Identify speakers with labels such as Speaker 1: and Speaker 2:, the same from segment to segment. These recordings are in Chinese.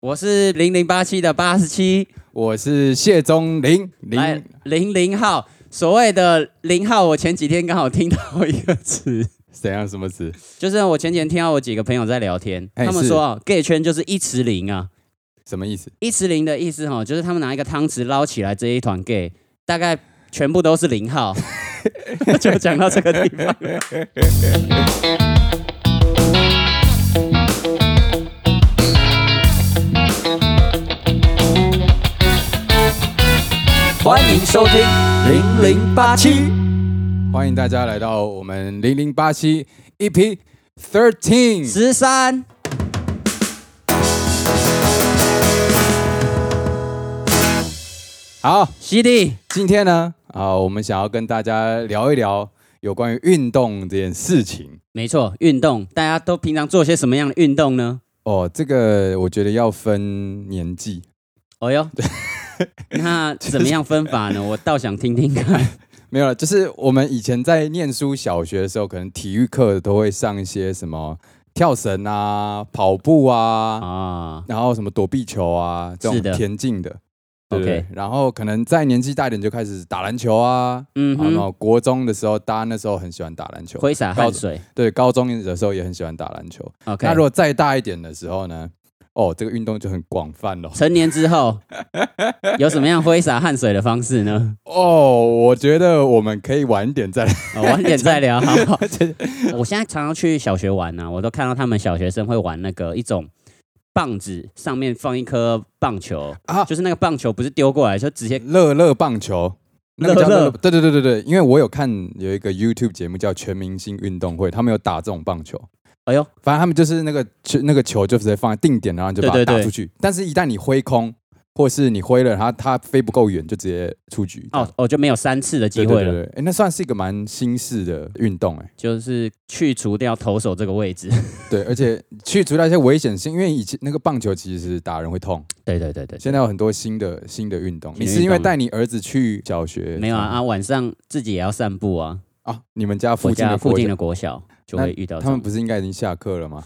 Speaker 1: 我是零零八七的八十七，
Speaker 2: 我是谢宗林林，
Speaker 1: 零零号。所谓的零号，我前几天刚好听到一个词，
Speaker 2: 怎样什么词？
Speaker 1: 就是我前几天听到我几个朋友在聊天，
Speaker 2: 哎
Speaker 1: 他们
Speaker 2: 是
Speaker 1: 说哦，gay 圈就是一池零啊，
Speaker 2: 什么意思？
Speaker 1: 一池零的意思哈，哦就是他们拿一个汤匙捞起来这一团 gay，大概全部都是零号， 就讲到这个地方。
Speaker 2: 欢迎收听零零八七，欢迎大家来到我们零零八七 EP Thirteen。
Speaker 1: 十三，
Speaker 2: 好，
Speaker 1: 西弟，
Speaker 2: 今天呢，啊，我们想要跟大家聊一聊有关于运动这件事情。
Speaker 1: 没错，运动，大家都平常做些什么样的运动呢？
Speaker 2: 哦，这个我觉得要分年纪，
Speaker 1: 哦哟， 那怎么样分法呢？我倒想听听看。
Speaker 2: 没有了，就是我们以前在念书小学的时候，可能体育课都会上一些什么跳绳啊、跑步啊，
Speaker 1: 啊，
Speaker 2: 然后什么躲避球啊这
Speaker 1: 是
Speaker 2: 种
Speaker 1: 的
Speaker 2: 田径的，对不
Speaker 1: OK
Speaker 2: 对？然后可能再年纪大一点就开始打篮球啊，
Speaker 1: 嗯
Speaker 2: 然后
Speaker 1: 哼，
Speaker 2: 国中的时候，大家那时候很喜欢打篮球，
Speaker 1: 挥洒汗水。
Speaker 2: 对，高中的时候也很喜欢打篮球。
Speaker 1: OK，
Speaker 2: 那如果再大一点的时候呢？哦，这个运动就很广泛咯。
Speaker 1: 成年之 后有什么样挥洒汗水的方式呢？
Speaker 2: 哦，我觉得我们可以晚一点再来。
Speaker 1: 哦晚点再聊。好 不好
Speaker 2: 这
Speaker 1: 我现在常常去小学玩呢、啊我都看到他们小学生会玩那个一种棒子，上面放一颗棒球，
Speaker 2: 啊
Speaker 1: 就是那个棒球不是丢过来，就直接
Speaker 2: 乐乐棒球，那个
Speaker 1: 乐
Speaker 2: 叫
Speaker 1: 乐
Speaker 2: 乐乐，对对对对对，因为我有看有一个 YouTube 节目叫《全明星运动会》，他们有打这种棒球。
Speaker 1: 哎呦，
Speaker 2: 反正他们就是那个球，那个球就直接放在定点，然后你就把
Speaker 1: 对
Speaker 2: 它
Speaker 1: 对对
Speaker 2: 打出去。但是，一旦你挥空，或是你挥了，它它飞不够远，就直接出局。
Speaker 1: 哦，我就没有三次的机
Speaker 2: 这样，
Speaker 1: 会了，
Speaker 2: 对对对对，哎，那算是一个蛮新式的运动哎、
Speaker 1: 就是去除掉投手这个位 置。
Speaker 2: 对，而且去除掉一些危险性，因为以前那个棒球其实打人会痛，
Speaker 1: 对对对对，
Speaker 2: 现在有很多新的新的运动。
Speaker 1: 新的运
Speaker 2: 你
Speaker 1: 动
Speaker 2: 是因为带你儿子去小学？
Speaker 1: 没有啊啊，晚上自己也要散步啊，
Speaker 2: 啊，你们家
Speaker 1: 我
Speaker 2: 附近
Speaker 1: 家
Speaker 2: 的
Speaker 1: 附
Speaker 2: 国
Speaker 1: 近
Speaker 2: 小
Speaker 1: 的国小就
Speaker 2: 那
Speaker 1: 会遇到这
Speaker 2: 他们
Speaker 1: 种。
Speaker 2: 不是应该已经下课了吗？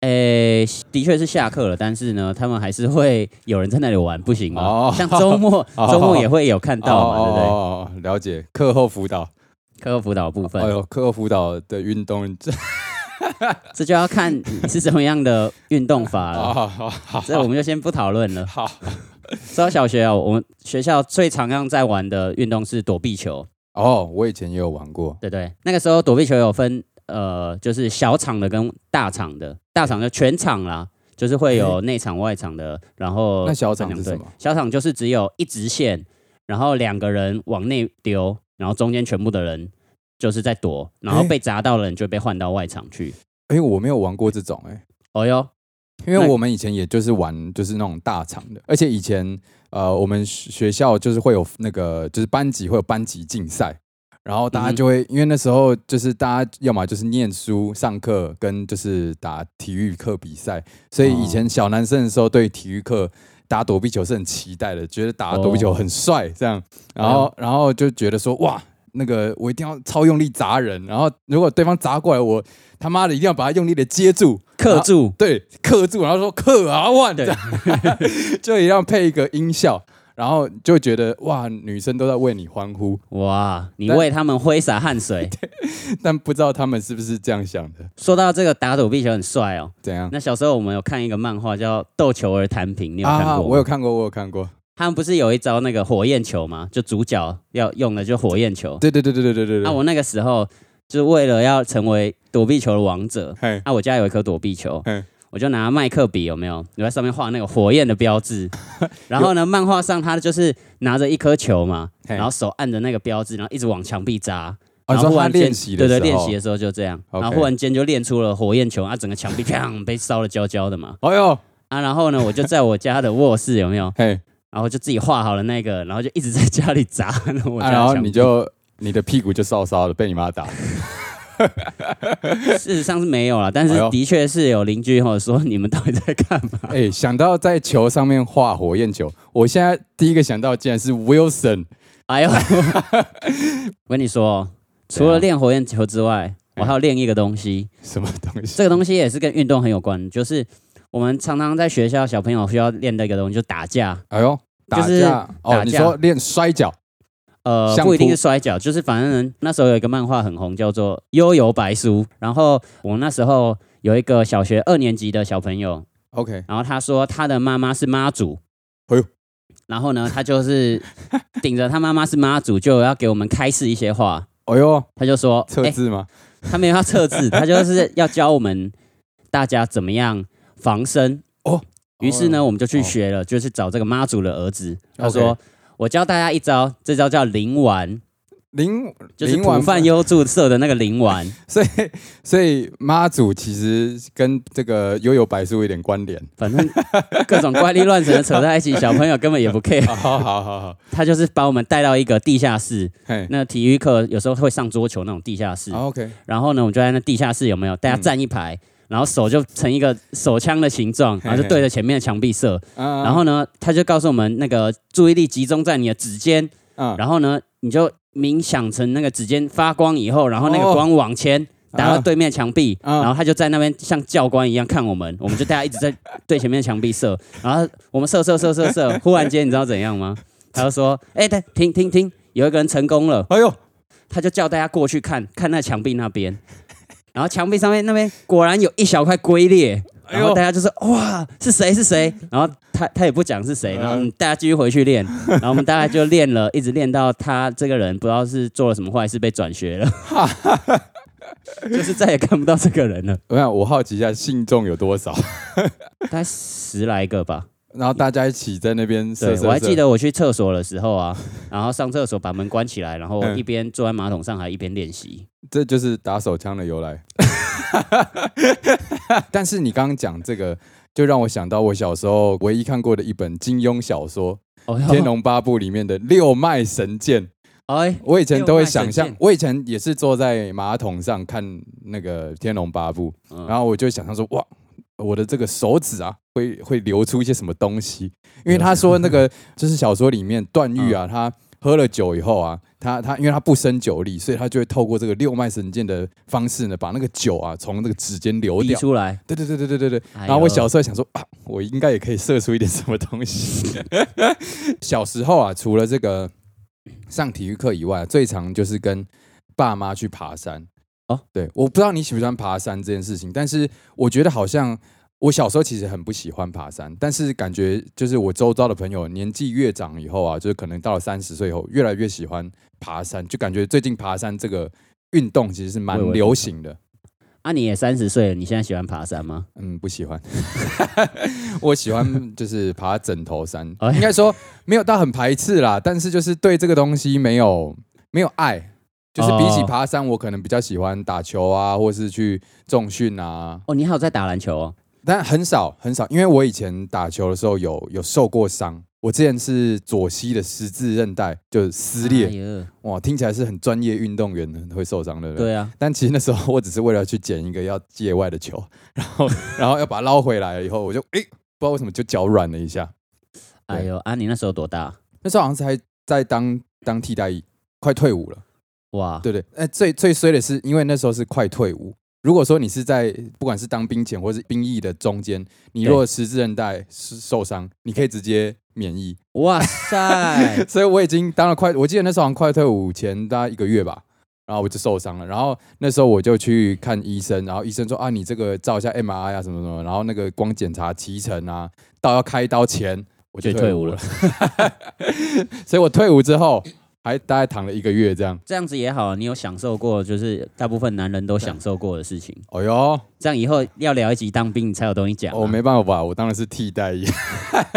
Speaker 1: 诶、的确是下课了，但是呢，他们还是会有人在那里玩，不行吗？
Speaker 2: 哦
Speaker 1: 像周末，
Speaker 2: 哦
Speaker 1: 周末也会有看到嘛，对不对？
Speaker 2: 哦哦，了解。课后辅导，
Speaker 1: 课后辅导部分，
Speaker 2: 哎呦，课后辅导的运动，这
Speaker 1: 这就要看你是什么样的运动法
Speaker 2: 好
Speaker 1: 了。
Speaker 2: 好哦好好
Speaker 1: 这我们就先不讨论了。
Speaker 2: 好。
Speaker 1: 说到小学啊，我们学校最常让在玩的运动是躲避球，
Speaker 2: 哦，我以前也有玩过。
Speaker 1: 对不对？那个时候躲避球有分呃，就是小场的跟大场的，大场就全场啦，就是会有内场外场的，然后
Speaker 2: 那小场
Speaker 1: 两
Speaker 2: 是
Speaker 1: 队
Speaker 2: 什么？
Speaker 1: 小场就是只有一直线，然后两个人往内丢，然后中间全部的人就是在躲，然后
Speaker 2: 诶
Speaker 1: 被砸到的人就被换到外场去。
Speaker 2: 哎、我没有玩过这种哎、
Speaker 1: 哦哟，
Speaker 2: 因为
Speaker 1: 那
Speaker 2: 我们以前也就是玩就是那种大场的，而且以前呃我们学学校就是会有那个就是班级会有班级竞赛，然后
Speaker 1: 嗯
Speaker 2: 大家
Speaker 1: 哼
Speaker 2: 就会、因为那时候就是大家要么就是念书上课跟就是打体育课比赛，所以以
Speaker 1: 哦
Speaker 2: 前小男生的时候对体育课。打躲避球是很期待的，觉得打躲避
Speaker 1: 哦
Speaker 2: 球很帅，这样，
Speaker 1: 哎
Speaker 2: 然后，然后就觉得说，哇，那个我一定要超用力砸人，然后如果对方砸过来，我他妈的一定要把他用力的接住，
Speaker 1: 克住，
Speaker 2: 对，克住，然后说克啊万，
Speaker 1: 对
Speaker 2: 这样 就一样配一个音效，然后就会觉得哇，女生都在为你欢呼，
Speaker 1: 哇，你
Speaker 2: 但
Speaker 1: 为他们挥洒汗 水。
Speaker 2: 但不知道他们是不是这样想的？
Speaker 1: 说到这个打躲避球很帅哦，
Speaker 2: 怎样？
Speaker 1: 那小时候我们有看一个漫画叫《斗球而弹平》，你有看过吗？
Speaker 2: 啊我有看过，我有看过。
Speaker 1: 他们不是有一招那个火焰球吗？就主角要用的就火焰球。
Speaker 2: 对对对对对对对
Speaker 1: 那、
Speaker 2: 对。
Speaker 1: 我那个时候就是为了要成为躲避球的王者，
Speaker 2: 嘿，
Speaker 1: 啊，我家有一颗躲避球
Speaker 2: 嗯，
Speaker 1: 我就拿麦克笔，有没有？我在上面画那个火焰的标 志。然后呢，漫画上他就是拿着一颗球嘛，
Speaker 2: 嘿
Speaker 1: 然后手按着那个标志，然后一直往墙壁砸。
Speaker 2: 哦
Speaker 1: 然
Speaker 2: 你
Speaker 1: 后忽
Speaker 2: 说他
Speaker 1: 然间
Speaker 2: 练习的
Speaker 1: 对对，
Speaker 2: 时
Speaker 1: 练
Speaker 2: 候
Speaker 1: 习的时候就这样，然后
Speaker 2: OK
Speaker 1: 忽然间就练出了火焰球，啊，整个墙壁砰被烧的焦焦的嘛。
Speaker 2: 哎呦，
Speaker 1: 啊，然后呢，我就在我家的卧室有没有？
Speaker 2: 嘿，
Speaker 1: 然后就自己画好了那个，然后就一直在家里砸 我家
Speaker 2: 啊
Speaker 1: 的
Speaker 2: 然后
Speaker 1: 墙
Speaker 2: 你
Speaker 1: 壁
Speaker 2: 就你的屁股就烧烧的，被你 妈打。
Speaker 1: 事实上是没有了，但是
Speaker 2: 哎呦
Speaker 1: 的确是有邻居或者说你们到底在干嘛？
Speaker 2: 哎，想到在球上面画火焰球，我现在第一个想到竟然是 Wilson。
Speaker 1: 哎呦， 我跟你说，哦除了练火焰球之外，我还要练一个东西。
Speaker 2: 什么东西？
Speaker 1: 这个东西也是跟运动很有关，就是我们常常在学校小朋友需要练的一个东西，就打架。
Speaker 2: 哎呦，打
Speaker 1: 就是
Speaker 2: 架哦，
Speaker 1: 打
Speaker 2: 你
Speaker 1: 架
Speaker 2: 说练摔跤
Speaker 1: 呃，
Speaker 2: 相
Speaker 1: 不一定
Speaker 2: 扑
Speaker 1: 是摔跤，就是反正那时候有一个漫画很红，叫做《幽游白书》。然后我那时候有一个小学二年级的小朋友，
Speaker 2: ，OK，
Speaker 1: 然后他说他的妈妈是妈祖，
Speaker 2: 哎呦
Speaker 1: 然后呢，他就是顶着他妈妈是妈祖，就要给我们开示一些话。
Speaker 2: 哎呦，哎
Speaker 1: 他就说，
Speaker 2: 测
Speaker 1: 诶
Speaker 2: 字吗？
Speaker 1: 他没有要测 字，他就是要教我们大家怎么样防身。
Speaker 2: 哦
Speaker 1: 于是呢，
Speaker 2: 哦
Speaker 1: 我们就去学了，就是找这个妈祖的儿子。他
Speaker 2: OK
Speaker 1: 说：“我教大家一招，这招叫灵丸，
Speaker 2: 灵
Speaker 1: 就是
Speaker 2: 灵
Speaker 1: 普
Speaker 2: 丸
Speaker 1: 泛优助社的那个灵丸。
Speaker 2: 所以所以妈祖其实跟这个悠悠白书有点 关联。
Speaker 1: 反正各种怪力乱神的扯在一起，小朋友根本也不 care。
Speaker 2: 好好好好好，
Speaker 1: 他就是把我们带到一个地下室，
Speaker 2: 嘿、 啊
Speaker 1: 那体育课有时候会上桌球那种地下室。
Speaker 2: o k
Speaker 1: 然后呢，我们就在那地下室有没有？大家
Speaker 2: 哦嗯
Speaker 1: 站一排，然后手就成一个手枪的形状，然后就对着前面的墙壁射。
Speaker 2: 嗯
Speaker 1: 然后呢，他就告诉我们那个注意力集中在你的指尖，
Speaker 2: 嗯，
Speaker 1: 然后呢，你就冥想成那个指尖发光以后，然后那个
Speaker 2: 哦
Speaker 1: 光往前打到
Speaker 2: 啊
Speaker 1: 对面墙壁，
Speaker 2: 啊
Speaker 1: 然后他就在那边像教官一样看我们，我们就大家一直在对前面墙壁 射，然后我们射射射射射，忽然间你知道怎样吗？他就说：“哎、等停停停，有一个人成功了。”
Speaker 2: 哎呦，
Speaker 1: 他就叫大家过去看看那墙壁那边， 然后墙壁上面那边果然有一小块龟裂，
Speaker 2: 哎
Speaker 1: 然
Speaker 2: 呦
Speaker 1: 后大家就说哇是谁是 谁，然后他他也不讲是谁，然后
Speaker 2: 嗯
Speaker 1: 大家继续回去 练，然后我们大概就练了，一直练到他这个人不知道是做了什么坏事被转学 了， 就是再也看不到这个人 了，
Speaker 2: 我想我好奇一下信众有多少，
Speaker 1: 大概十来个吧。
Speaker 2: 然后大家一起在那边
Speaker 1: 对
Speaker 2: 射，射
Speaker 1: 我还记
Speaker 2: 射
Speaker 1: 得我去厕所的时候啊，然后上厕所把门关起来，然后
Speaker 2: 嗯
Speaker 1: 一边坐在马桶上还一边练习。
Speaker 2: 这就是打手枪的 由来。但是你刚刚讲这个，就让我想到我小时候唯一看过的一本金庸小说
Speaker 1: 哦
Speaker 2: 《天，龙八部》里面的六脉神剑。
Speaker 1: 哎，
Speaker 2: 我以前都会想
Speaker 1: 六脉神
Speaker 2: 象
Speaker 1: 剑，
Speaker 2: 我以前也是坐在马桶上看那个《天龙八部》，
Speaker 1: 嗯
Speaker 2: 然后我就想象说，哇，我的这个手指啊，会会流出一些什么东西？因为他说那个就是小说里面段誉啊，他喝了酒以后啊，他他因为他不胜酒力，所以他就会透过这个六脉神剑的方式呢，把那个酒啊从那个指尖流
Speaker 1: 逼
Speaker 2: 掉。
Speaker 1: 出来。
Speaker 2: 对对对对对对对。
Speaker 1: 然
Speaker 2: 然后我小时候想说啊，我应该也可以射出一点什么东西。 小时候啊，除了这个上体育课以外，最常就是跟爸妈去爬山。
Speaker 1: 哦
Speaker 2: 哦，对，我不知道你喜不喜欢爬山这件事情，但是我觉得好像我小时候其实很不喜欢爬山，但是感觉就是我周遭的朋友年纪越长以后啊，就是可能到了三十岁以后，越来越喜欢爬山，就感觉最近爬山这个运动其实是蛮
Speaker 1: 蔚为
Speaker 2: 流行的。
Speaker 1: 啊，你也三十岁了，你现在喜欢爬山吗？
Speaker 2: 嗯，不喜欢。 我喜欢就是爬枕头山
Speaker 1: 哎，
Speaker 2: 应该说没有到很排斥啦，但是就是对这个东西没有没有爱。就是比起
Speaker 1: 哦
Speaker 2: 爬山，我可能比较喜欢打球啊，或是去重训啊，
Speaker 1: 哦，你还有在打篮球哦。
Speaker 2: 但很少很少，因为我以前打球的时候有有受过伤，我之前是左膝的十字韧带就撕裂，
Speaker 1: 哎呦
Speaker 2: 哇，听起来是很专业运动员会受伤的，对不对
Speaker 1: 对啊，
Speaker 2: 但其实那时候我只是为了去捡一个要界外的球，然后然后要把它捞回来以后，我就诶、不知道为什么就脚软了一下。
Speaker 1: 哎呦啊，你那时候多大？
Speaker 2: 那时候好像才在当当替代役，快退伍了，
Speaker 1: 哇，
Speaker 2: 对不对？那、最最衰的是，因为那时候是快退伍。如果说你是在不管是当兵前或是兵役的中间，你
Speaker 1: 对
Speaker 2: 若十字韧带是受伤，你可以直接免疫。
Speaker 1: 哇塞，
Speaker 2: 所以我已经当了快，我记得那时候好像快退伍前大概一个月吧，然后我就受伤了。然后那时候我就去看医生，然后医生说啊，你这个照一下 MRI 啊什么什么，然后那个光检查脐橙啊，到要开刀前我 就
Speaker 1: 就
Speaker 2: 退
Speaker 1: 退
Speaker 2: 伍
Speaker 1: 伍
Speaker 2: 了
Speaker 1: 了。。
Speaker 2: 所以我退伍之后还大概躺了一个月这样。
Speaker 1: 这样子也好，你有享受过，就是大部分男人都享受过的事情。
Speaker 2: 哦哟，
Speaker 1: 这样以后要聊一集当兵，你才有东西讲啊。
Speaker 2: 我、哦没办法，我当然是替代役，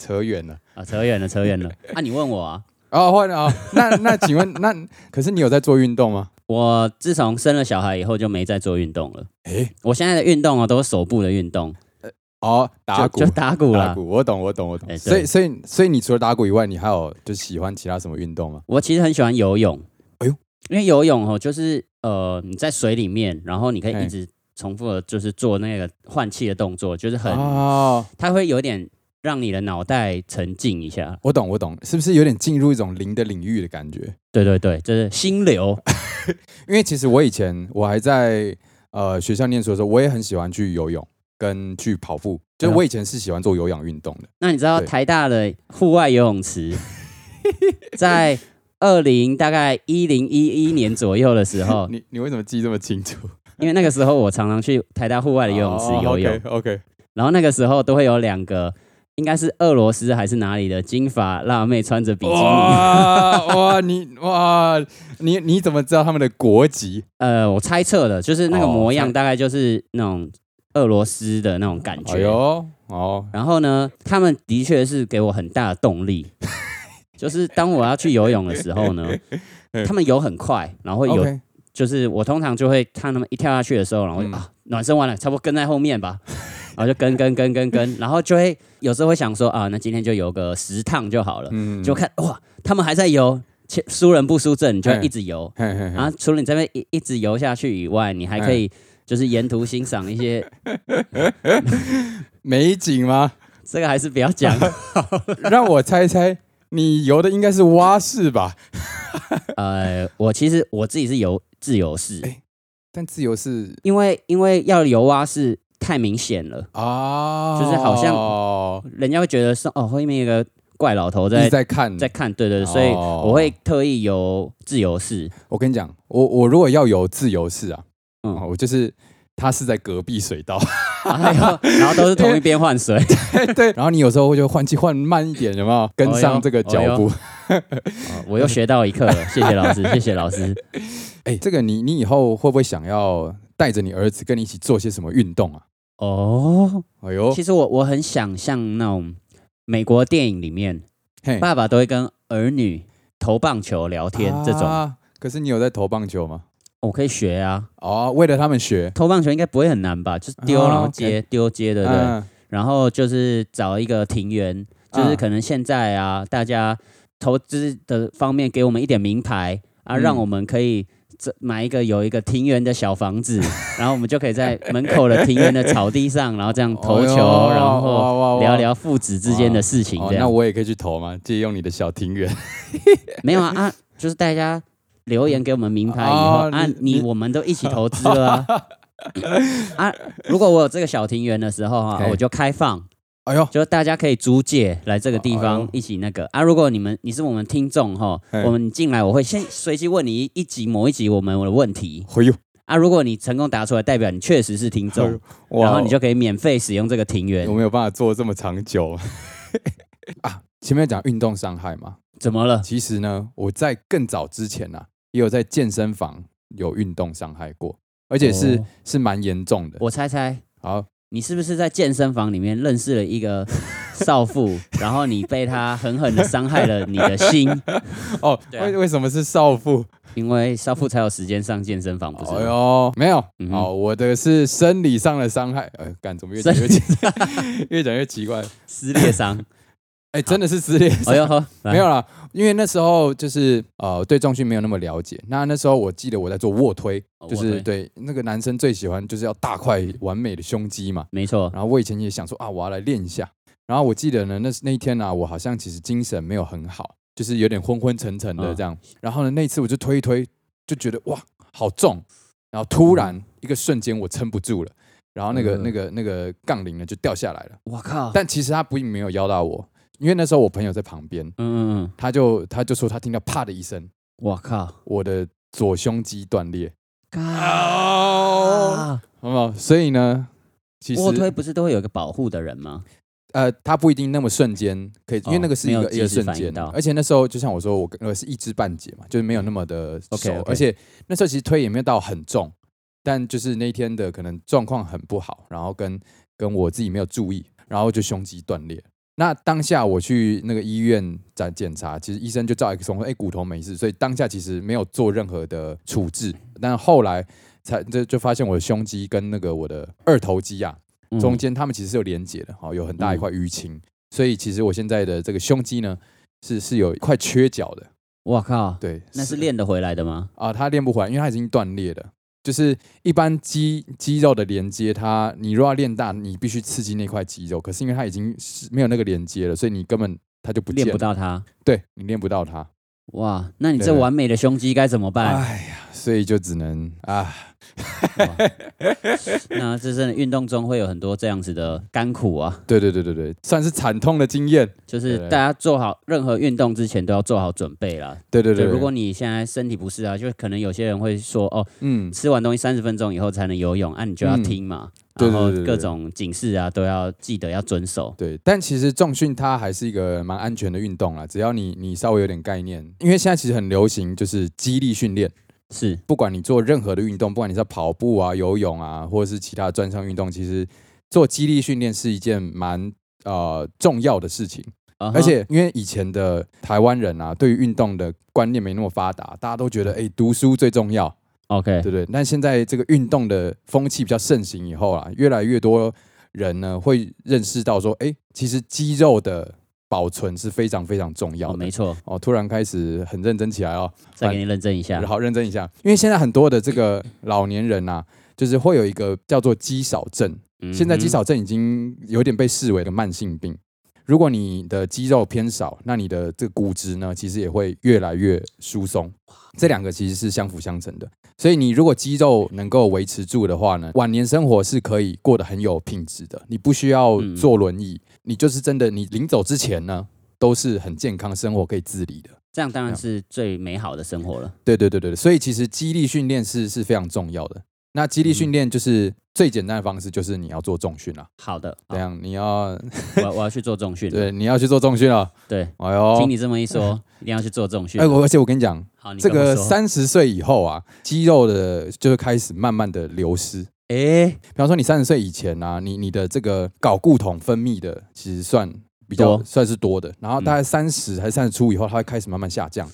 Speaker 2: 扯远了。
Speaker 1: 啊，扯远了，扯远了。 啊，你问我啊，
Speaker 2: 哦，换了啊、那那请问，那可是你有在做运动吗？
Speaker 1: 我自从生了小孩以后就没再做运动了。
Speaker 2: 诶，
Speaker 1: 我现在的运动啊，都是手部的运动，
Speaker 2: 哦，打
Speaker 1: 就
Speaker 2: 鼓
Speaker 1: 就打鼓
Speaker 2: 打
Speaker 1: 啦。
Speaker 2: 鼓，我懂，我懂，我懂。
Speaker 1: 哎对
Speaker 2: 所以，所以，所以你除了打鼓以外，你还有就喜欢其他什么运动吗？
Speaker 1: 我其实很喜欢游泳。
Speaker 2: 哎呦
Speaker 1: 因为游泳哦，就是呃你在水里面，然后你可以
Speaker 2: 哎
Speaker 1: 一直重复的，就是做那个换气的动作，就是很，
Speaker 2: 哦，
Speaker 1: 它会有点让你的脑袋沉静一下。
Speaker 2: 我懂，我懂，是不是有点进入一种零的领域的感觉？
Speaker 1: 对对对，就是心 流。
Speaker 2: 因为其实我以前我还在呃学校念书的时候，我也很喜欢去游泳跟去跑步。
Speaker 1: 嗯
Speaker 2: 就是我以前是喜欢做有氧运动的，
Speaker 1: 那你知道
Speaker 2: 对
Speaker 1: 台大的户外游泳 池在二零大概一零一一年左右的时 候，
Speaker 2: 你你为什么记这么清楚？
Speaker 1: 因为那个时候我常常去台大户外的游泳池游泳，
Speaker 2: 哦 OK，
Speaker 1: 然后那个时候都会有两个，应该是俄罗斯还是哪里的金发辣妹穿着比基尼，
Speaker 2: 哇哇，你哇你你怎么知道他们的国籍？
Speaker 1: 呃，我猜测的就是那个
Speaker 2: 哦
Speaker 1: 模样
Speaker 2: 猜
Speaker 1: 大概就是那种俄罗斯的那种感
Speaker 2: 哎
Speaker 1: 觉。
Speaker 2: 呦，哦，
Speaker 1: 然后呢，他们的确是给我很大的动 力，就是当我要去游泳的时候呢，他们游很快，然后有
Speaker 2: OK，
Speaker 1: 就是我通常就会看他们一跳下去的时候，然后我就、
Speaker 2: 嗯
Speaker 1: 啊暖身完了，差不多跟在后面 吧，然后就跟跟跟跟跟，然后就会有时候会想说啊，那今天就游个十趟就好了，
Speaker 2: 嗯
Speaker 1: 就看哇，他们还在游，切输人不输阵，你就会
Speaker 2: 嗯嗯
Speaker 1: 一直游。
Speaker 2: 嘿嘿嘿
Speaker 1: 然后除了你这边一一直游下去以外，你还可以就是沿途欣赏一些，
Speaker 2: 美景吗？
Speaker 1: 这个还是不要 讲。
Speaker 2: 让我猜猜，你游的应该是蛙式吧？
Speaker 1: 呃，我其实我自己是游自由式，
Speaker 2: 但自由式
Speaker 1: 因为因为要游蛙式太明显了，
Speaker 2: 啊，
Speaker 1: 就是好像
Speaker 2: 像
Speaker 1: 人家会觉得是哦后面有个怪老头
Speaker 2: 一直
Speaker 1: 在
Speaker 2: 在看。
Speaker 1: 在看，对对对，所以
Speaker 2: 哦
Speaker 1: 我会特意游自由式。
Speaker 2: 我跟你讲，我我如果要游自由式啊，
Speaker 1: 嗯
Speaker 2: 哦我就是它是在隔壁水道，
Speaker 1: 哎呦，然后都是同一边换水，
Speaker 2: 对。然后你有时候就换气换慢一点，有没有跟
Speaker 1: 哦哟
Speaker 2: 上这个脚步？
Speaker 1: 哦我又学到一课了，谢谢老师，谢谢老师。
Speaker 2: 哎，这个你你以后会不会想要带着你儿子跟你一起做些什么运动啊？
Speaker 1: 哦，
Speaker 2: 哎呦，
Speaker 1: 其实我我很想像那种美国电影里面，
Speaker 2: 嘿，
Speaker 1: 爸爸都会跟儿女投棒球聊天、这种，
Speaker 2: 啊。可是你有在投棒球吗？
Speaker 1: 我可以学啊。
Speaker 2: 哦，为了他们学，
Speaker 1: 投棒球应该不会很难吧？就是丢
Speaker 2: 哦
Speaker 1: 然后
Speaker 2: OK
Speaker 1: 接，丢接，对不对？
Speaker 2: 嗯
Speaker 1: 然后就是找一个庭园，就是
Speaker 2: 嗯
Speaker 1: 可能现在啊，大家投资的方面给我们一点名牌啊，
Speaker 2: 嗯
Speaker 1: 让我们可以这买一个有一个庭园的小房子， 然后我们就可以在门口的庭园的草地上，然后这样投球，
Speaker 2: 哦哟
Speaker 1: 然
Speaker 2: 哇
Speaker 1: 后
Speaker 2: 哇哇
Speaker 1: 聊聊父子之间的事情，
Speaker 2: 哦，
Speaker 1: 这样、
Speaker 2: 那我也可以去投吗？借用你的小庭院。
Speaker 1: 没有啊啊，就是大家。留言给我们名牌以后、
Speaker 2: 哦
Speaker 1: 啊
Speaker 2: 你，
Speaker 1: 你
Speaker 2: 你
Speaker 1: 我们都一起投资了啊 啊！如果我有这个小庭园的时候啊，
Speaker 2: 嘿
Speaker 1: 我就开放，
Speaker 2: 哎呦，
Speaker 1: 就大家可以租借来这个地
Speaker 2: 哎
Speaker 1: 方
Speaker 2: 呦
Speaker 1: 一起那个啊。如果你们你是我们听众哈，
Speaker 2: 嘿
Speaker 1: 我们进来我会先随机问你一集某一集我们的问题
Speaker 2: 哎呦，
Speaker 1: 啊。如果你成功答出来，代表你确实是听众，
Speaker 2: 哇
Speaker 1: 然后你就可以免费使用这个庭园
Speaker 2: 有。没有办法做这么长久 啊？前面讲运动伤害嘛，
Speaker 1: 怎么了？
Speaker 2: 其实呢，我在更早之前啊，也有在健身房有运动伤害过，而且是、
Speaker 1: 哦
Speaker 2: 是蛮严重的。
Speaker 1: 我猜猜
Speaker 2: 好，
Speaker 1: 你是不是在健身房里面认识了一 个少妇，然后你被她狠狠的伤害了你的 心？
Speaker 2: 哦，
Speaker 1: 对啊
Speaker 2: 为为什么是少妇？
Speaker 1: 因为少妇才有时间上健身房，不是
Speaker 2: 哎
Speaker 1: 吗？
Speaker 2: 呦，没有、
Speaker 1: 嗯哼
Speaker 2: 哦，我的是生理上的伤害。呃，干怎么越讲越奇， 越讲越奇怪？
Speaker 1: 撕裂伤。
Speaker 2: 哎、真的是撕裂伤
Speaker 1: 哎呦呵，来
Speaker 2: 没有啦，因为那时候就是呃对重训没有那么了解。那那时候我记得我在做卧推，
Speaker 1: 哦
Speaker 2: 就
Speaker 1: 卧
Speaker 2: 是
Speaker 1: 推
Speaker 2: 对那个男生最喜欢就是要大块完美的胸肌嘛。
Speaker 1: 没错，
Speaker 2: 然后我以前也想说啊，我要来练一下。然后我记得呢，那那一天呢、啊，我好像其实精神没有很好，就是有点昏昏沉沉的
Speaker 1: 嗯
Speaker 2: 这样。然后呢，那一次我就推一推，就觉得哇好重，然后突然一个瞬间我撑不住了，然后那个、
Speaker 1: 嗯啊
Speaker 2: 那个那个杠铃呢就掉下来了。
Speaker 1: 我靠，
Speaker 2: 但其实他并没有邀到我，因为那时候我朋友在旁边。
Speaker 1: 嗯嗯嗯，
Speaker 2: 他就他就说他听到啪的一声，
Speaker 1: 我靠，
Speaker 2: 我的左胸肌断裂，
Speaker 1: 嘎。
Speaker 2: 哦，
Speaker 1: 啊，
Speaker 2: 好不好？所以呢，其
Speaker 1: 卧推
Speaker 2: 实
Speaker 1: 不是都会有一个保护的人吗？
Speaker 2: 呃，他不一定那么瞬间可以，因为
Speaker 1: 哦
Speaker 2: 那个是
Speaker 1: 没
Speaker 2: 一
Speaker 1: 有
Speaker 2: 个
Speaker 1: 及
Speaker 2: 一个
Speaker 1: 时
Speaker 2: 瞬
Speaker 1: 反应
Speaker 2: 间
Speaker 1: 到，
Speaker 2: 而且那时候就像我说，我我是一知半解嘛，就是没有那么的熟
Speaker 1: OK，OK
Speaker 2: 而且那时候其实推也没有到很重，但就是那一天的可能状况很不好，然后跟跟我自己没有注意，然后就胸肌断裂。那当下我去那个医院在检查，其实医生就照 X 光说，哎、骨头没事，所以当下其实没有做任何的处置。但后来才就就发现我的胸肌跟那个我的二头肌啊，
Speaker 1: 嗯
Speaker 2: 中间它们其实是有连接的，哦，有很大一块淤青，所以其实我现在的这个胸肌呢，是是有一块缺角的。
Speaker 1: 我靠，
Speaker 2: 对，
Speaker 1: 那是练得回来的吗？
Speaker 2: 啊，它练不回来，因为它已经断裂了。就是一般肌肌肉的连接它，你如果要练大，你必须刺激那块肌肉，可是因为它已经是没有那个连接了，所以你根本它就不见
Speaker 1: 练
Speaker 2: 了
Speaker 1: 不到它，
Speaker 2: 对你练不到它。
Speaker 1: 哇，那你
Speaker 2: 对
Speaker 1: 这
Speaker 2: 对
Speaker 1: 完美的胸肌该怎么办？
Speaker 2: 哎呀，所以就只能啊，
Speaker 1: 那这真的运动中会有很多这样子的甘苦啊，
Speaker 2: 对对对对对，算是惨痛的经验。
Speaker 1: 就是
Speaker 2: 对
Speaker 1: 大家做好任何运动之前都要做好准备啦。
Speaker 2: 对对
Speaker 1: 就
Speaker 2: 对，
Speaker 1: 如果你现在身体不适啊，就可能有些人会说哦，
Speaker 2: 嗯，
Speaker 1: 吃完东西三十分钟以后才能游泳，啊，你就要
Speaker 2: 嗯
Speaker 1: 听嘛，
Speaker 2: 对对
Speaker 1: 然后
Speaker 2: 对对
Speaker 1: 各
Speaker 2: 对
Speaker 1: 种警示啊都要记得要遵守。
Speaker 2: 对，但其实重训它还是一个蛮安全的运动啦，只要你你稍微有点概念，因为现在其实很流行就是肌力训练，
Speaker 1: 是，
Speaker 2: 不管你做任何的运动，不管你在跑步啊、游泳啊，或者是其他的专项运动，其实做肌力训练是一件蛮呃重要的事情。
Speaker 1: 啊哈
Speaker 2: 而且因为以前的台湾人啊，对于运动的观念没那么发达，大家都觉得哎、读书最重要，
Speaker 1: OK，
Speaker 2: 对不对？但现在这个运动的风气比较盛行以后啊，越来越多人呢会认识到说，哎，其实肌肉的保存是非常非常重要
Speaker 1: 哦，
Speaker 2: 的
Speaker 1: 没。错，
Speaker 2: 哦，突然开始很认真起来哦，
Speaker 1: 再给你认证一下
Speaker 2: 然。后认真一下，因为现在很多的这个老年人啊，就是会有一个叫做肌少症，
Speaker 1: 嗯
Speaker 2: 现在肌
Speaker 1: 哼
Speaker 2: 少症已经有点被视为一个慢性病。如果你的肌肉偏少，那你的这个骨质呢，其实也会越来越疏松。这两个其实是相辅相成的，所以你如果肌肉能够维持住的话呢，晚年生活是可以过得很有品质的。你不需要
Speaker 1: 嗯
Speaker 2: 坐轮椅，你就是真的，你临走之前呢，都是很健康生活可以自理的。
Speaker 1: 这样当然是
Speaker 2: 啊
Speaker 1: 最美好的生活了。
Speaker 2: 对对对对对，所以其实肌力训练是是非常重要的。那肌力训练就是最简单的方式，就是你要做重训啦。
Speaker 1: 好的，好
Speaker 2: 这样你要
Speaker 1: 我我要去做重训了。
Speaker 2: 啊对你要去做重训了。
Speaker 1: 对，
Speaker 2: 哎呦
Speaker 1: 听，你这么一 说，一定要去做重训
Speaker 2: 哎，。我而且我跟你讲，
Speaker 1: 好，你
Speaker 2: 这
Speaker 1: 跟我
Speaker 2: 个
Speaker 1: 说
Speaker 2: 三十岁以后啊，肌肉的就会开始慢慢的流失。比
Speaker 1: 哎，
Speaker 2: 方说你三十岁以前啊，你你的这个睾固酮分泌的其实算比
Speaker 1: 多
Speaker 2: 较
Speaker 1: 嗯
Speaker 2: 算是多的，然后大概三十还是三十出以后，它会开始慢慢下降。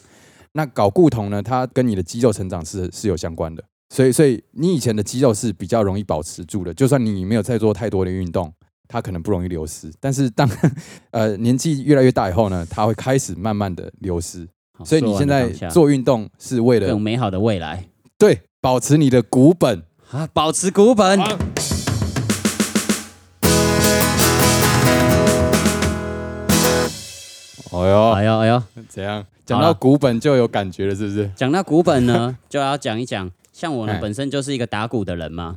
Speaker 2: 那睾固酮呢，它跟你的肌肉成长是是有相关的，所以所以你以前的肌肉是比较容易保持住的，就算你没有再做太多的运动，它可能不容易流失。但是当 呃年纪越来越大以后呢，它会开始慢慢的流失。
Speaker 1: 好
Speaker 2: 所以你
Speaker 1: 说完
Speaker 2: 现
Speaker 1: 了
Speaker 2: 在
Speaker 1: 当下
Speaker 2: 做运动是为了
Speaker 1: 更美好的未来
Speaker 2: 对保持你的骨本。
Speaker 1: 啊，保持股本。
Speaker 2: 啊哎呦，
Speaker 1: 哎呦哎呦，
Speaker 2: 怎样？讲到骨本就有感觉了，是不是？
Speaker 1: 讲到股本 呢，就要讲一讲。像我呢
Speaker 2: 哎，哦
Speaker 1: 本身就是一个打鼓的人 嘛，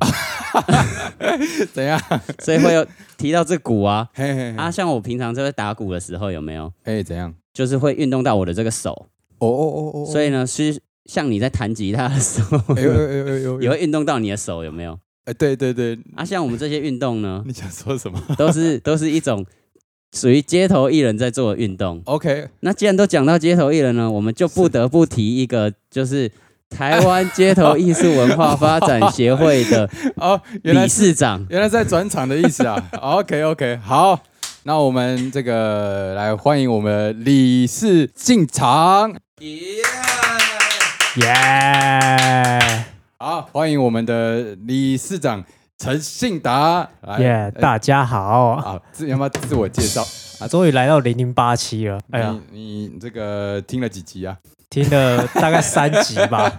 Speaker 2: 怎样？
Speaker 1: 所以会有提到这鼓啊
Speaker 2: 嘿嘿嘿，
Speaker 1: 啊。像我平常在打鼓的时候，有没有
Speaker 2: 哎、怎样？
Speaker 1: 就是会运动到我的这个手？
Speaker 2: 哦哦哦哦，
Speaker 1: 所
Speaker 2: 以，
Speaker 1: 以呢，是像你在弹吉他的时候，
Speaker 2: 哎呦哎呦哎呦，
Speaker 1: 也
Speaker 2: 有，
Speaker 1: 会运动到你的手，有没有？
Speaker 2: 哎，对对对，
Speaker 1: 啊，像我们这些运动呢，
Speaker 2: 你想说什么
Speaker 1: 都是都是一种属于街头艺人在做的运动。
Speaker 2: ？OK，
Speaker 1: 那既然都讲到街头艺人呢，我们就不得不提一个，就是台湾街头艺术文化发展协会的
Speaker 2: 哦， 原来
Speaker 1: 理事长。
Speaker 2: 原来在转场的意思啊。OK OK，好，那我们这个来欢迎我们李氏进场，
Speaker 3: 耶、
Speaker 2: 好，欢迎我们的理事长陈信达，来
Speaker 3: 耶！
Speaker 2: 哎
Speaker 3: 大家好，
Speaker 2: 好，自要不要自我介绍？
Speaker 3: 啊终于来到零零八七了。 哎呀，
Speaker 2: 你你这个听了几集啊？
Speaker 3: 听了大概三集 吧，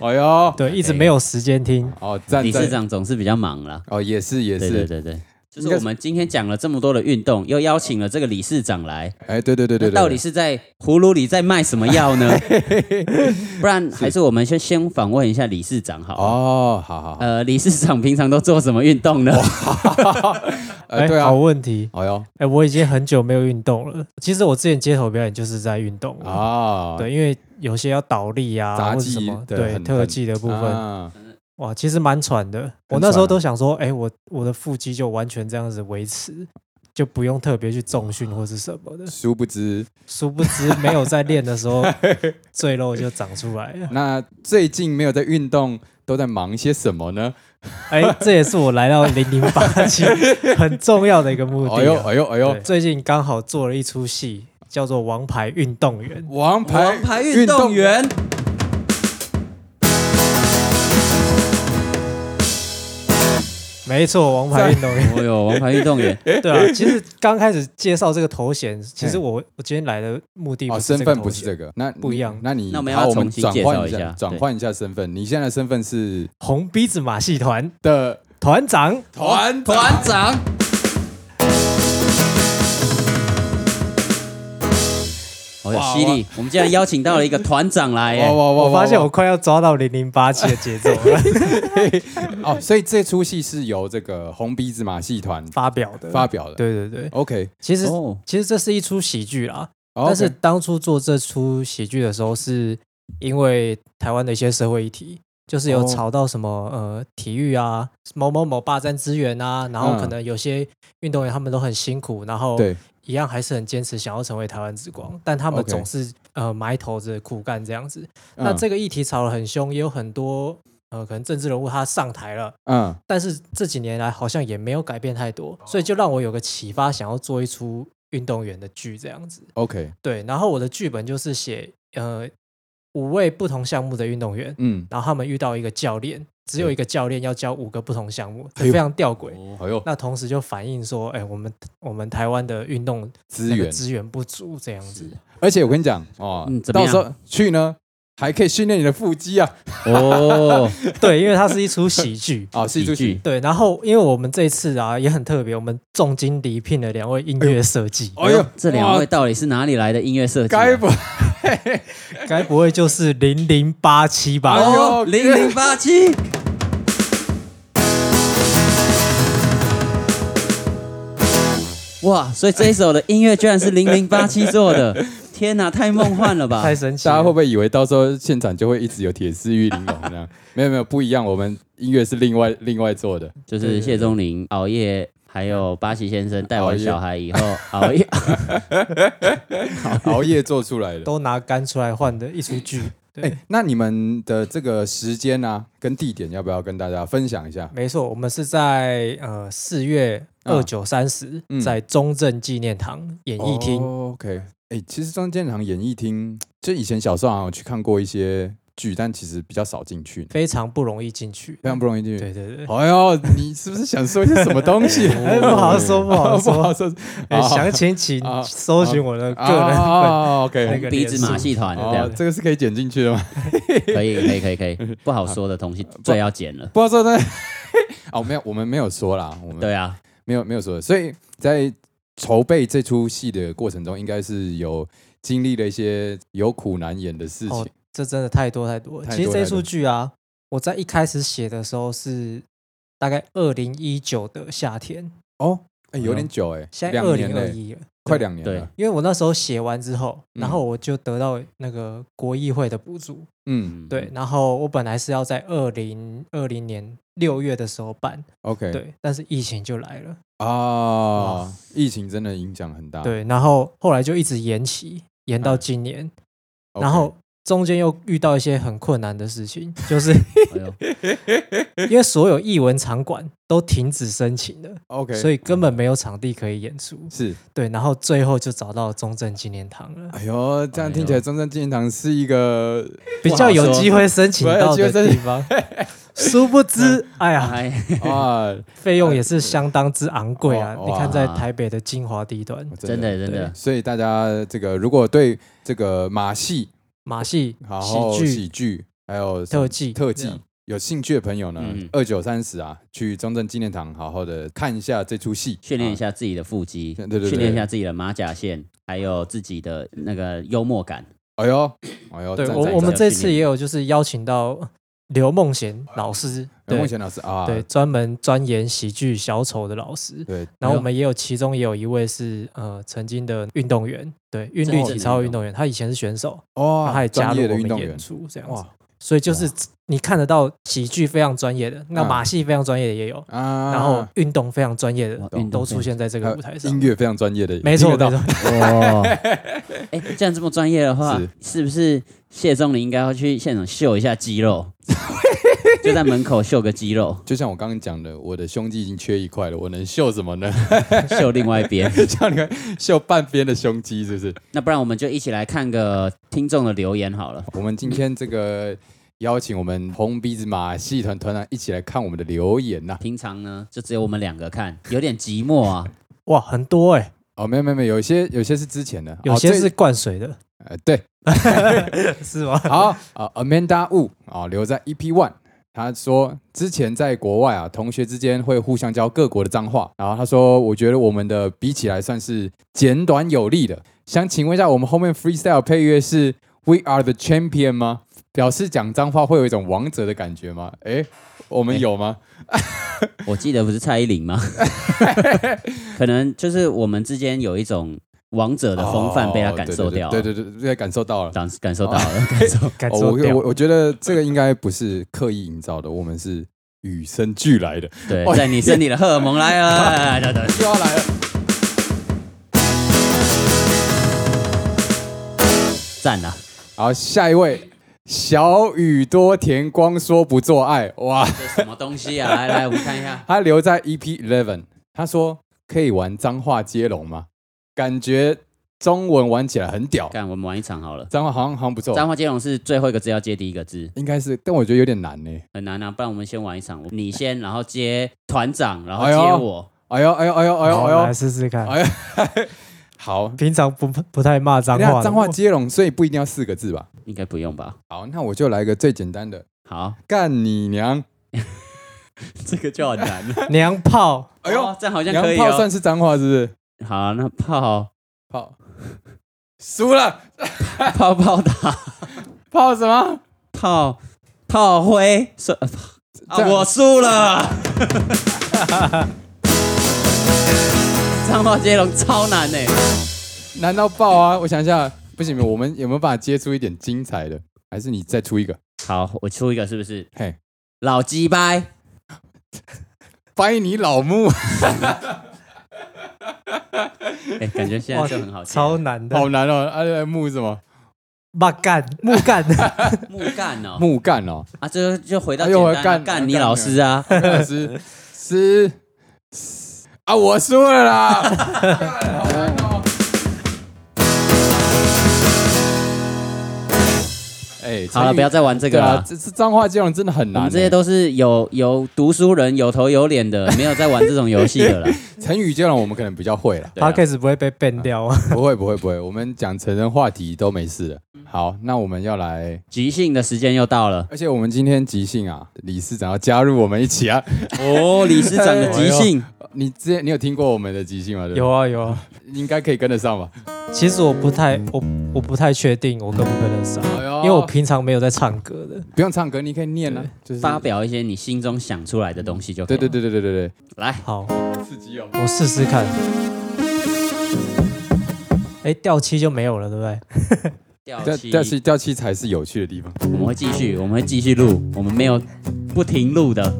Speaker 2: 哎呦，
Speaker 3: 对，一直没有时间听。
Speaker 2: 哦，赞
Speaker 1: 理事
Speaker 2: 赞，
Speaker 1: 长总是比较忙啦。
Speaker 2: 哦，也是也
Speaker 1: 对对
Speaker 2: 是，
Speaker 1: 对对，就是
Speaker 2: 应该是
Speaker 1: 我们今天讲了这么多的运动，又邀请了这个理事长来，
Speaker 2: 哎，对对对对
Speaker 1: 那
Speaker 2: 对，
Speaker 1: 到底是在葫芦里在卖什么药 呢？不然还是我们先先访问一下理事长好了。
Speaker 2: 哦，好好好，
Speaker 1: 呃，理事长平常都做什么运动呢？
Speaker 2: 呃，
Speaker 3: 哎，
Speaker 2: 对啊
Speaker 3: 好，问题。
Speaker 2: 哎呦，
Speaker 3: 哎，我已经很久没有运动了。其实我之前街头表演就是在运动啊，
Speaker 2: 啊，
Speaker 3: 对，因为有些要倒立啊，
Speaker 2: 杂
Speaker 3: 或者
Speaker 2: 技
Speaker 3: 什么，
Speaker 2: 的
Speaker 3: 对，
Speaker 2: 很
Speaker 3: 特
Speaker 2: 很
Speaker 3: 技的部分，
Speaker 2: 啊，
Speaker 3: 哇，其实蛮喘的。我那时候都想说，哎，我我的腹肌就完全这样子维持。就不用特别去重训或是什么的，
Speaker 2: 殊不知，
Speaker 3: 殊不知没有在练的时 候，赘肉就长出来了。
Speaker 2: 那最近没有在运动，都在忙些什么呢？
Speaker 3: 哎， 这也是我来到零零八七很重要的一个目
Speaker 2: 哎
Speaker 3: 的
Speaker 2: 呦，
Speaker 3: 啊、
Speaker 2: 哎呦，哎呦
Speaker 3: 对，最近刚好做了一出戏，叫做《王牌运动员》。
Speaker 2: 王牌
Speaker 1: 王牌运动
Speaker 2: 员，
Speaker 1: 员。
Speaker 3: 没错，王牌运动 员。
Speaker 1: 哦哟，王牌运动员，
Speaker 3: 对啊，其实刚开始介绍这个头衔，其实我我今天来的目的
Speaker 2: 哎哦，
Speaker 3: 是
Speaker 2: 身
Speaker 3: 这个
Speaker 2: 份
Speaker 3: 头
Speaker 2: 不是
Speaker 3: 衔，
Speaker 2: 这个，那
Speaker 3: 不一样
Speaker 2: 那你
Speaker 1: 那我们
Speaker 2: 好
Speaker 1: 要
Speaker 2: 我们
Speaker 1: 重新
Speaker 2: 转
Speaker 1: 介绍
Speaker 2: 换一
Speaker 1: 一下
Speaker 2: 下，转
Speaker 1: 对
Speaker 2: 换一下身份，你现在的身份是
Speaker 3: 红鼻子马戏团
Speaker 2: 的
Speaker 3: 团长。
Speaker 2: 团
Speaker 1: 团长。哦哦，有犀利！我们竟然邀请到了一个团长来耶
Speaker 2: 哇，哇哇！
Speaker 3: 我发现
Speaker 2: 哇
Speaker 3: 我快要抓到零零八七的节 奏了，
Speaker 2: 哦，所以这出戏是由这个红鼻子马戏团
Speaker 3: 发表的，
Speaker 2: 发表的。
Speaker 3: 对对对，
Speaker 2: OK，
Speaker 3: 其实
Speaker 1: 哦，
Speaker 3: 其实这是一出喜剧啦，
Speaker 2: 哦
Speaker 3: 但是
Speaker 2: OK
Speaker 3: 当初做这出喜剧的时候，是因为台湾的一些社会议题，就是有
Speaker 2: 哦
Speaker 3: 吵到什么、呃体育啊，某某某霸占资源啊，然后
Speaker 2: 嗯
Speaker 3: 可能有些运动员他们都很辛苦，然后
Speaker 2: 对
Speaker 3: 一样还是很坚持想要成为台湾之光，但他们
Speaker 2: OK
Speaker 3: 总是呃埋头着苦干这样子。那
Speaker 2: 嗯
Speaker 3: 这个议题吵得很凶，也有很多呃可能政治人物他上台了。
Speaker 2: 嗯
Speaker 3: 但是这几年来好像也没有改变太多，所以就让我有个启发，想要做一出运动员的剧这样子。
Speaker 2: OK
Speaker 3: 对，然后我的剧本就是写呃五位不同项目的运动员，
Speaker 2: 嗯，
Speaker 3: 然后他们遇到一个教练，只有一个教练要教五个不同项目，
Speaker 2: 哎
Speaker 3: 这
Speaker 2: 呦
Speaker 3: 非常吊诡。
Speaker 2: 哎呦，
Speaker 3: 那同时就反映说，哎，我们我们台湾的运动
Speaker 2: 资
Speaker 3: 那个
Speaker 2: 源，
Speaker 3: 资源不足这样子。
Speaker 2: 而且我跟你讲哦
Speaker 1: 嗯，怎么
Speaker 2: 到
Speaker 1: 样
Speaker 2: 时候去呢，还可以训练你的腹肌啊！。
Speaker 1: 哦，
Speaker 3: 对，因为它是一出喜剧
Speaker 2: 哦，是一出
Speaker 1: 喜剧
Speaker 2: 戏。
Speaker 3: 对，然后因为我们这次啊也很特别，我们重金礼聘了两位音乐设计，
Speaker 2: 哎呦，
Speaker 1: 这两位
Speaker 2: 哇
Speaker 1: 到底是哪里来的音乐设计啊？
Speaker 2: 该不
Speaker 3: 该不会就是零零八七吧？
Speaker 2: 哎呦
Speaker 1: 哦，零零八七。哇！所以这一首的音乐居然是零零八七做的，天哪，太梦幻了吧
Speaker 3: 太！神奇
Speaker 2: 啊大
Speaker 3: 了！
Speaker 2: 家会不会以为到时候现场就会一直有铁丝玉玲珑这样？没有没有，不一样，我们音乐是另外另外做的。
Speaker 1: 就是谢钟林熬夜，还
Speaker 2: 嗯
Speaker 1: 有巴西先生带完小孩以后熬 夜，
Speaker 2: 熬夜做出 来的。
Speaker 3: 都拿肝出来换的一出剧？
Speaker 2: 哎、那你们的这个时间啊，跟地点要不要跟大家分享一下？
Speaker 3: 没错，我们是在呃四月
Speaker 2: 嗯
Speaker 3: 二九三十
Speaker 2: 嗯，
Speaker 3: 在中正纪念堂演艺厅。
Speaker 2: 哦 OK，哎、其实中间堂演艺厅，就以前小时候好像有去看过一些剧，但其实比较少进去，
Speaker 3: 非常不容易进去，
Speaker 2: 非常不容易进去。
Speaker 3: 对 对对，
Speaker 2: 哎呦，你是不是想说一些什么东西？
Speaker 3: 哎 不好说不好说
Speaker 2: 不好说。
Speaker 3: 哎
Speaker 2: 好
Speaker 3: 详情请
Speaker 2: 啊
Speaker 3: 搜寻我的个人粉
Speaker 2: 啊，OK，
Speaker 3: 那
Speaker 1: 红
Speaker 3: 个
Speaker 1: 鼻子马戏团这样
Speaker 2: 哦，，这个是可以剪进去的吗？
Speaker 1: 可以可以可以可以，不好说的东西最要剪了。
Speaker 2: 不知道在 哦，没有，我们没有说啦，我们
Speaker 1: 对啊，
Speaker 2: 没有没有说，所以在筹备这出戏的过程中，应该是有经历了一些有苦难言的事情。
Speaker 3: 哦这真的太多太多了。
Speaker 2: 太多
Speaker 3: 其实这
Speaker 2: 太多
Speaker 3: 出剧啊，我在一开始写的时候是大概二零一九的夏天，
Speaker 2: 哦，哎、有点久哎、
Speaker 3: 现在
Speaker 2: 两
Speaker 3: 二
Speaker 2: 年
Speaker 3: 零
Speaker 2: 嘞
Speaker 3: 二，一了。
Speaker 2: 快两年了。
Speaker 3: 因为我那时候写完之后，然
Speaker 2: 嗯
Speaker 3: 后我就得到那个国议会的补助，
Speaker 2: 嗯
Speaker 3: 对，，然后我本来是要在二零二零年六月的时候办，
Speaker 2: ，OK，
Speaker 3: 对，但是疫情就来了，
Speaker 2: 啊，疫情真的影响很大。
Speaker 3: 对，然后后来就一直延期，延到
Speaker 2: 嗯
Speaker 3: 今年，
Speaker 2: OK，
Speaker 3: 然后中间又遇到一些很困难的事情， 就是
Speaker 1: 哎 呦，
Speaker 3: 因为所有艺文场馆都停止申请了，
Speaker 2: OK，
Speaker 3: 所以根本没有场地可以演出，
Speaker 2: 是，
Speaker 3: 对，然后最后就找到中正纪念堂 了，
Speaker 2: 哎呦，这样
Speaker 1: 哎
Speaker 2: 听起来
Speaker 1: 呦
Speaker 2: 中山纪念堂是一 个
Speaker 3: 比
Speaker 1: 不
Speaker 3: 较
Speaker 1: 好
Speaker 3: 有
Speaker 1: 说
Speaker 3: 机会申请
Speaker 2: 不要有
Speaker 3: 到
Speaker 2: 机会
Speaker 3: 的
Speaker 2: 申
Speaker 3: 地方， 殊不知，哎呀，
Speaker 1: 哎，
Speaker 2: 啊，
Speaker 3: 费用也是相当之昂贵啊！
Speaker 2: 哇
Speaker 3: 你看，在台北的精华地段，
Speaker 1: 真的真的，
Speaker 2: 所以大家这个如果对这个马戏、
Speaker 3: 马戏、
Speaker 2: 然后
Speaker 3: 喜
Speaker 2: 喜
Speaker 3: 剧、
Speaker 2: 剧还有什么
Speaker 3: 特技、
Speaker 2: 特技有兴趣的朋友呢
Speaker 1: 嗯，
Speaker 2: 二九三十啊，去中正纪念堂好好的看一下这出戏，
Speaker 1: 训练一
Speaker 2: 啊。
Speaker 1: 下自己的腹肌，
Speaker 2: 对对对
Speaker 1: 训练一下自己的马甲线，还有自己的那个幽默感。
Speaker 2: 哎呦，哎呦，
Speaker 3: 对
Speaker 2: 赞
Speaker 3: 我，
Speaker 2: 赞
Speaker 3: 我们
Speaker 2: 赞
Speaker 3: 这次也有就是邀请到刘梦贤老师，
Speaker 2: 刘梦
Speaker 3: 对
Speaker 2: 贤老师啊，
Speaker 3: 对，专门钻研喜剧小丑的老师。
Speaker 2: 对，
Speaker 3: 然后我们也有，其中也有一位是呃曾经的运动员，对，韵律
Speaker 1: 真的
Speaker 3: 体操
Speaker 1: 运
Speaker 3: 运动员，他以前是选手，然
Speaker 2: 哇，
Speaker 3: 后他也加
Speaker 2: 专
Speaker 3: 入
Speaker 2: 业
Speaker 3: 我
Speaker 2: 的运
Speaker 3: 们
Speaker 2: 动
Speaker 3: 演
Speaker 2: 员，
Speaker 3: 出这样子
Speaker 2: 哇。
Speaker 3: 所以就是你看得到喜剧非常专业的，那
Speaker 2: 嗯
Speaker 3: 马戏非常专业的也有，
Speaker 2: 啊，
Speaker 3: 然后运动非常专业的
Speaker 1: 哇运
Speaker 3: 都
Speaker 1: 动
Speaker 3: 出现在这
Speaker 2: 还
Speaker 3: 个
Speaker 2: 有
Speaker 3: 舞台上。
Speaker 2: 音乐非常专业的，
Speaker 3: 没
Speaker 2: 听
Speaker 3: 错，
Speaker 2: 得
Speaker 3: 没
Speaker 2: 到
Speaker 3: 错，
Speaker 1: 哇， 哎，这样这么专业的话
Speaker 2: 哦是，
Speaker 1: 是不是谢钟林应该要去现场秀一下肌肉？ 就在门口秀个肌肉，
Speaker 2: 就像我刚刚讲的，我的胸肌已经缺一块了，我能秀什么呢？
Speaker 1: 秀另外一边。
Speaker 2: 像你看，秀半边的胸肌，是不 是？
Speaker 1: 那不然我们就一起来看个听众的留言好了。
Speaker 2: 我们今天这个邀请我们红鼻子马戏团团长一起来看我们的留言呐、
Speaker 1: 平常呢，就只有我们两个看，有点寂寞啊。
Speaker 3: 哇，很多哎、
Speaker 2: 哦，没有没有没有，有些有些是之前的，
Speaker 3: 有
Speaker 2: 哦
Speaker 3: 些
Speaker 2: 这
Speaker 3: 是灌水的，
Speaker 2: 呃对，
Speaker 3: 是吗？
Speaker 2: 好啊、Amanda Wu 啊、留在 EP One。他说，之前在国外啊，同学之间会互相教各国的脏话。然后他说，我觉得我们的比起来算是简短有力的，想请问一下，我们后面 freestyle 配乐是 We Are the Champion 吗？表示讲脏话会有一种王者的感觉吗？诶，我们
Speaker 1: 诶
Speaker 2: 有吗？
Speaker 1: 我记得不是蔡依林吗？ 可能就是我们之间有一种王者的风范被他感受掉了，
Speaker 2: 哦对对对对，对感受到了。
Speaker 1: 感感受到了，感受
Speaker 3: 感
Speaker 2: 哦，
Speaker 3: 受
Speaker 2: 我
Speaker 3: 掉
Speaker 2: 我我觉得这个应该不是刻意营造的，我们是与生俱来的。
Speaker 1: 对
Speaker 2: 哦，
Speaker 1: 在你身体的荷尔蒙来啊 了，等等，
Speaker 2: 又要来了，
Speaker 1: 赞啊了，
Speaker 2: 好，下一位，小雨多田光说不做爱，哇，
Speaker 1: 这什么东西啊？来来，我们看一下，
Speaker 2: 他留在 EP Eleven，他说可以玩脏话接龙吗？感觉中文玩起来很屌，
Speaker 1: 看我们玩一场好了。
Speaker 2: 脏话好像好像不错，
Speaker 1: 脏话接龙是最后一个字要接第一个字，
Speaker 2: 应该是，但我觉得有点难呢、
Speaker 1: 很难啊，不然我们先玩一场，你先，然后接团长，然后
Speaker 2: 哎呦
Speaker 1: 接我，
Speaker 2: 哎呦哎呦哎呦哎呦
Speaker 3: 好
Speaker 2: 哎
Speaker 3: 来
Speaker 2: 呦，
Speaker 3: 试试看。
Speaker 2: 哎呦， 好，
Speaker 3: 平常不不太骂脏
Speaker 2: 等一下
Speaker 3: 话的，
Speaker 2: 脏话接龙，所以不一定要四个字吧？
Speaker 1: 应该不用吧？
Speaker 2: 好，那我就来个最简单的，
Speaker 1: 好，
Speaker 2: 干你娘！
Speaker 1: 这个就很难了。
Speaker 3: 娘炮，
Speaker 2: 哎呦，
Speaker 1: 哦，这样好像
Speaker 2: 娘
Speaker 1: 可以
Speaker 2: 炮算
Speaker 1: 哦。
Speaker 2: 是脏话是不是？
Speaker 1: 好啊，那 泡
Speaker 2: 炮，输了，
Speaker 1: 泡泡打
Speaker 2: 炮什么？
Speaker 1: 泡炮灰是、呃啊
Speaker 2: 这样
Speaker 1: 我输了。 脏话接龙超难呢、
Speaker 2: 难到爆啊！我想一下，不行，我们有没有办法接出一点精彩的？还是你再出一个？
Speaker 1: 好，我出一个是不是？
Speaker 2: 嘿，
Speaker 1: 老鸡掰，
Speaker 2: 掰你老木，
Speaker 1: 哎、感觉现在就很好接。
Speaker 3: 超难的
Speaker 2: 好，难哦！啊，木是什么？
Speaker 3: 骂 干木干，
Speaker 1: 木干哦，
Speaker 2: 木干哦，
Speaker 1: 啊，这个就回到
Speaker 2: 哎
Speaker 1: 简
Speaker 2: 呦
Speaker 1: 单啊
Speaker 2: 干
Speaker 1: 干你老师 啊。
Speaker 2: 哦是是啊，我输了啦！干好难哦 哎，
Speaker 1: 好了，不要再玩这
Speaker 2: 这
Speaker 1: 个了
Speaker 2: 啊，。这这脏话接龙真的很
Speaker 1: 我
Speaker 2: 难欸。
Speaker 1: 们这些都是有有读书人、有头有脸的，没有在玩这种游戏的 了。
Speaker 2: 成语接龙，我们可能比较会了。
Speaker 1: 对啊
Speaker 3: p 开始不会被 ban 掉啊。
Speaker 2: 不会不会不会，我们讲成人话题都没事的。好，那我们要来
Speaker 1: 即兴的时间又到了
Speaker 2: 而且我们今天即兴啊，理事长要加入我们一起啊。
Speaker 1: 哦，李市长的即兴，
Speaker 2: 你之前你有听过我们的即兴吗？对不对
Speaker 3: 有，啊有啊，
Speaker 2: 应该可以跟得上吧？
Speaker 3: 其实我不太我我不太确定我跟不跟得上，
Speaker 2: 哎呦
Speaker 3: 因为我平常没有在唱歌的。
Speaker 2: 不用唱歌，你可以念啊，就是
Speaker 1: 发。表一些你心中想出来的东西就可以
Speaker 2: 对
Speaker 1: 了。
Speaker 2: 对对对对对
Speaker 1: 来，
Speaker 3: 好，
Speaker 2: 对，刺激哦。
Speaker 3: 我试试看。哎，掉漆就没有了，对不对？
Speaker 1: 掉
Speaker 2: 掉
Speaker 1: 漆，
Speaker 2: 掉漆掉漆才是有趣的地方。
Speaker 1: 我们会继续，我们会继续录，我们没有不停录的。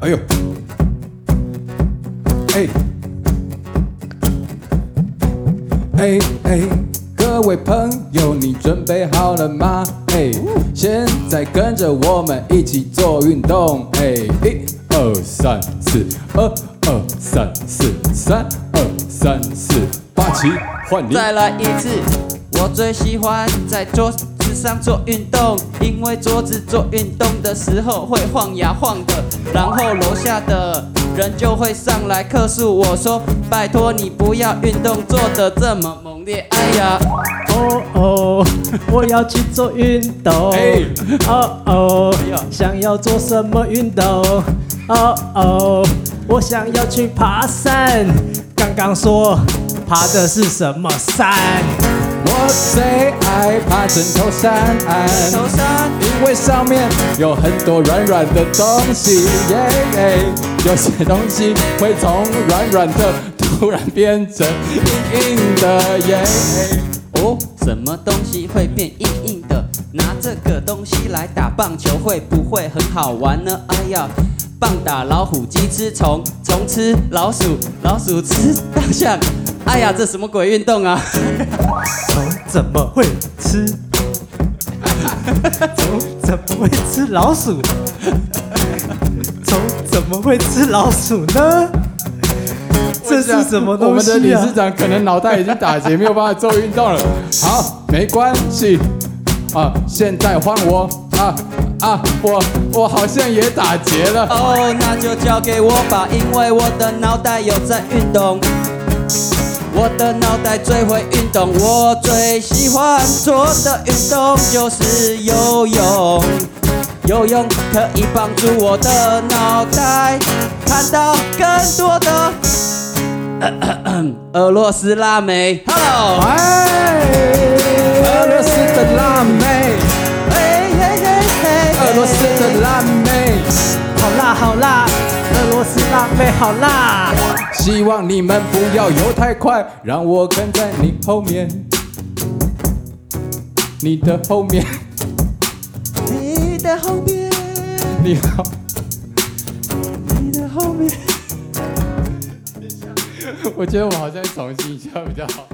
Speaker 2: 哎呦，哎，哎哎，各位朋友，你准备好了吗？哎，现在跟着我们一起做运动。哎，一二三四，二二三四，三二三四，八旗换你。
Speaker 1: 再来一次，我最喜欢在桌子上做运动，因为桌子做运动的时候会晃呀晃的，然后楼下的人就会上来客诉我说，拜托你不要运动做的这么猛烈，哎呀，
Speaker 4: 哦哦，我要去做运动。
Speaker 2: 哎
Speaker 4: 哦哦，想要做什么运动？哦哦，我想要去爬山。刚刚说爬的是什么山？
Speaker 2: 我最爱爬枕头山。
Speaker 1: 头山
Speaker 2: 因为上面有很多软软的东西，耶耶有些东西会从软软的突然变成硬硬的，耶耶哦，
Speaker 1: 什么东西会变硬硬的？拿这个东西来打棒球会不会很好玩呢？哎呀，棒打老虎，鸡吃虫，虫吃老鼠，老鼠吃大象。哎呀，这什么鬼运动啊？
Speaker 4: 虫怎么会 吃？虫怎么会吃老鼠？虫怎么会吃老鼠呢？这是什么
Speaker 2: 我
Speaker 4: 东
Speaker 2: 们
Speaker 4: 西
Speaker 2: 的理
Speaker 4: 啊
Speaker 2: 事？长可能脑袋已经打结，没有办法做运动了。好，没关系啊，现在换我啊啊，我我好像也打结了。
Speaker 1: 哦，那就交给我吧，因为我的脑袋有在运动。我的脑袋最会运动，我最喜欢做的运动就是游泳。
Speaker 4: 游泳可以帮助我的脑袋看到更多的 咳咳咳俄罗斯辣妹。Hello，
Speaker 2: 哎，俄罗斯的辣妹，
Speaker 4: 嘿嘿嘿嘿，
Speaker 2: 俄罗斯的辣妹，
Speaker 5: 好辣好辣，俄罗斯辣妹好辣。
Speaker 2: 希望你们不要游太快，让我跟在你后面，你的后面，
Speaker 4: 你的后面，
Speaker 2: 你好。
Speaker 4: 你的后 面。
Speaker 2: 我觉得我好像重新一下比较好。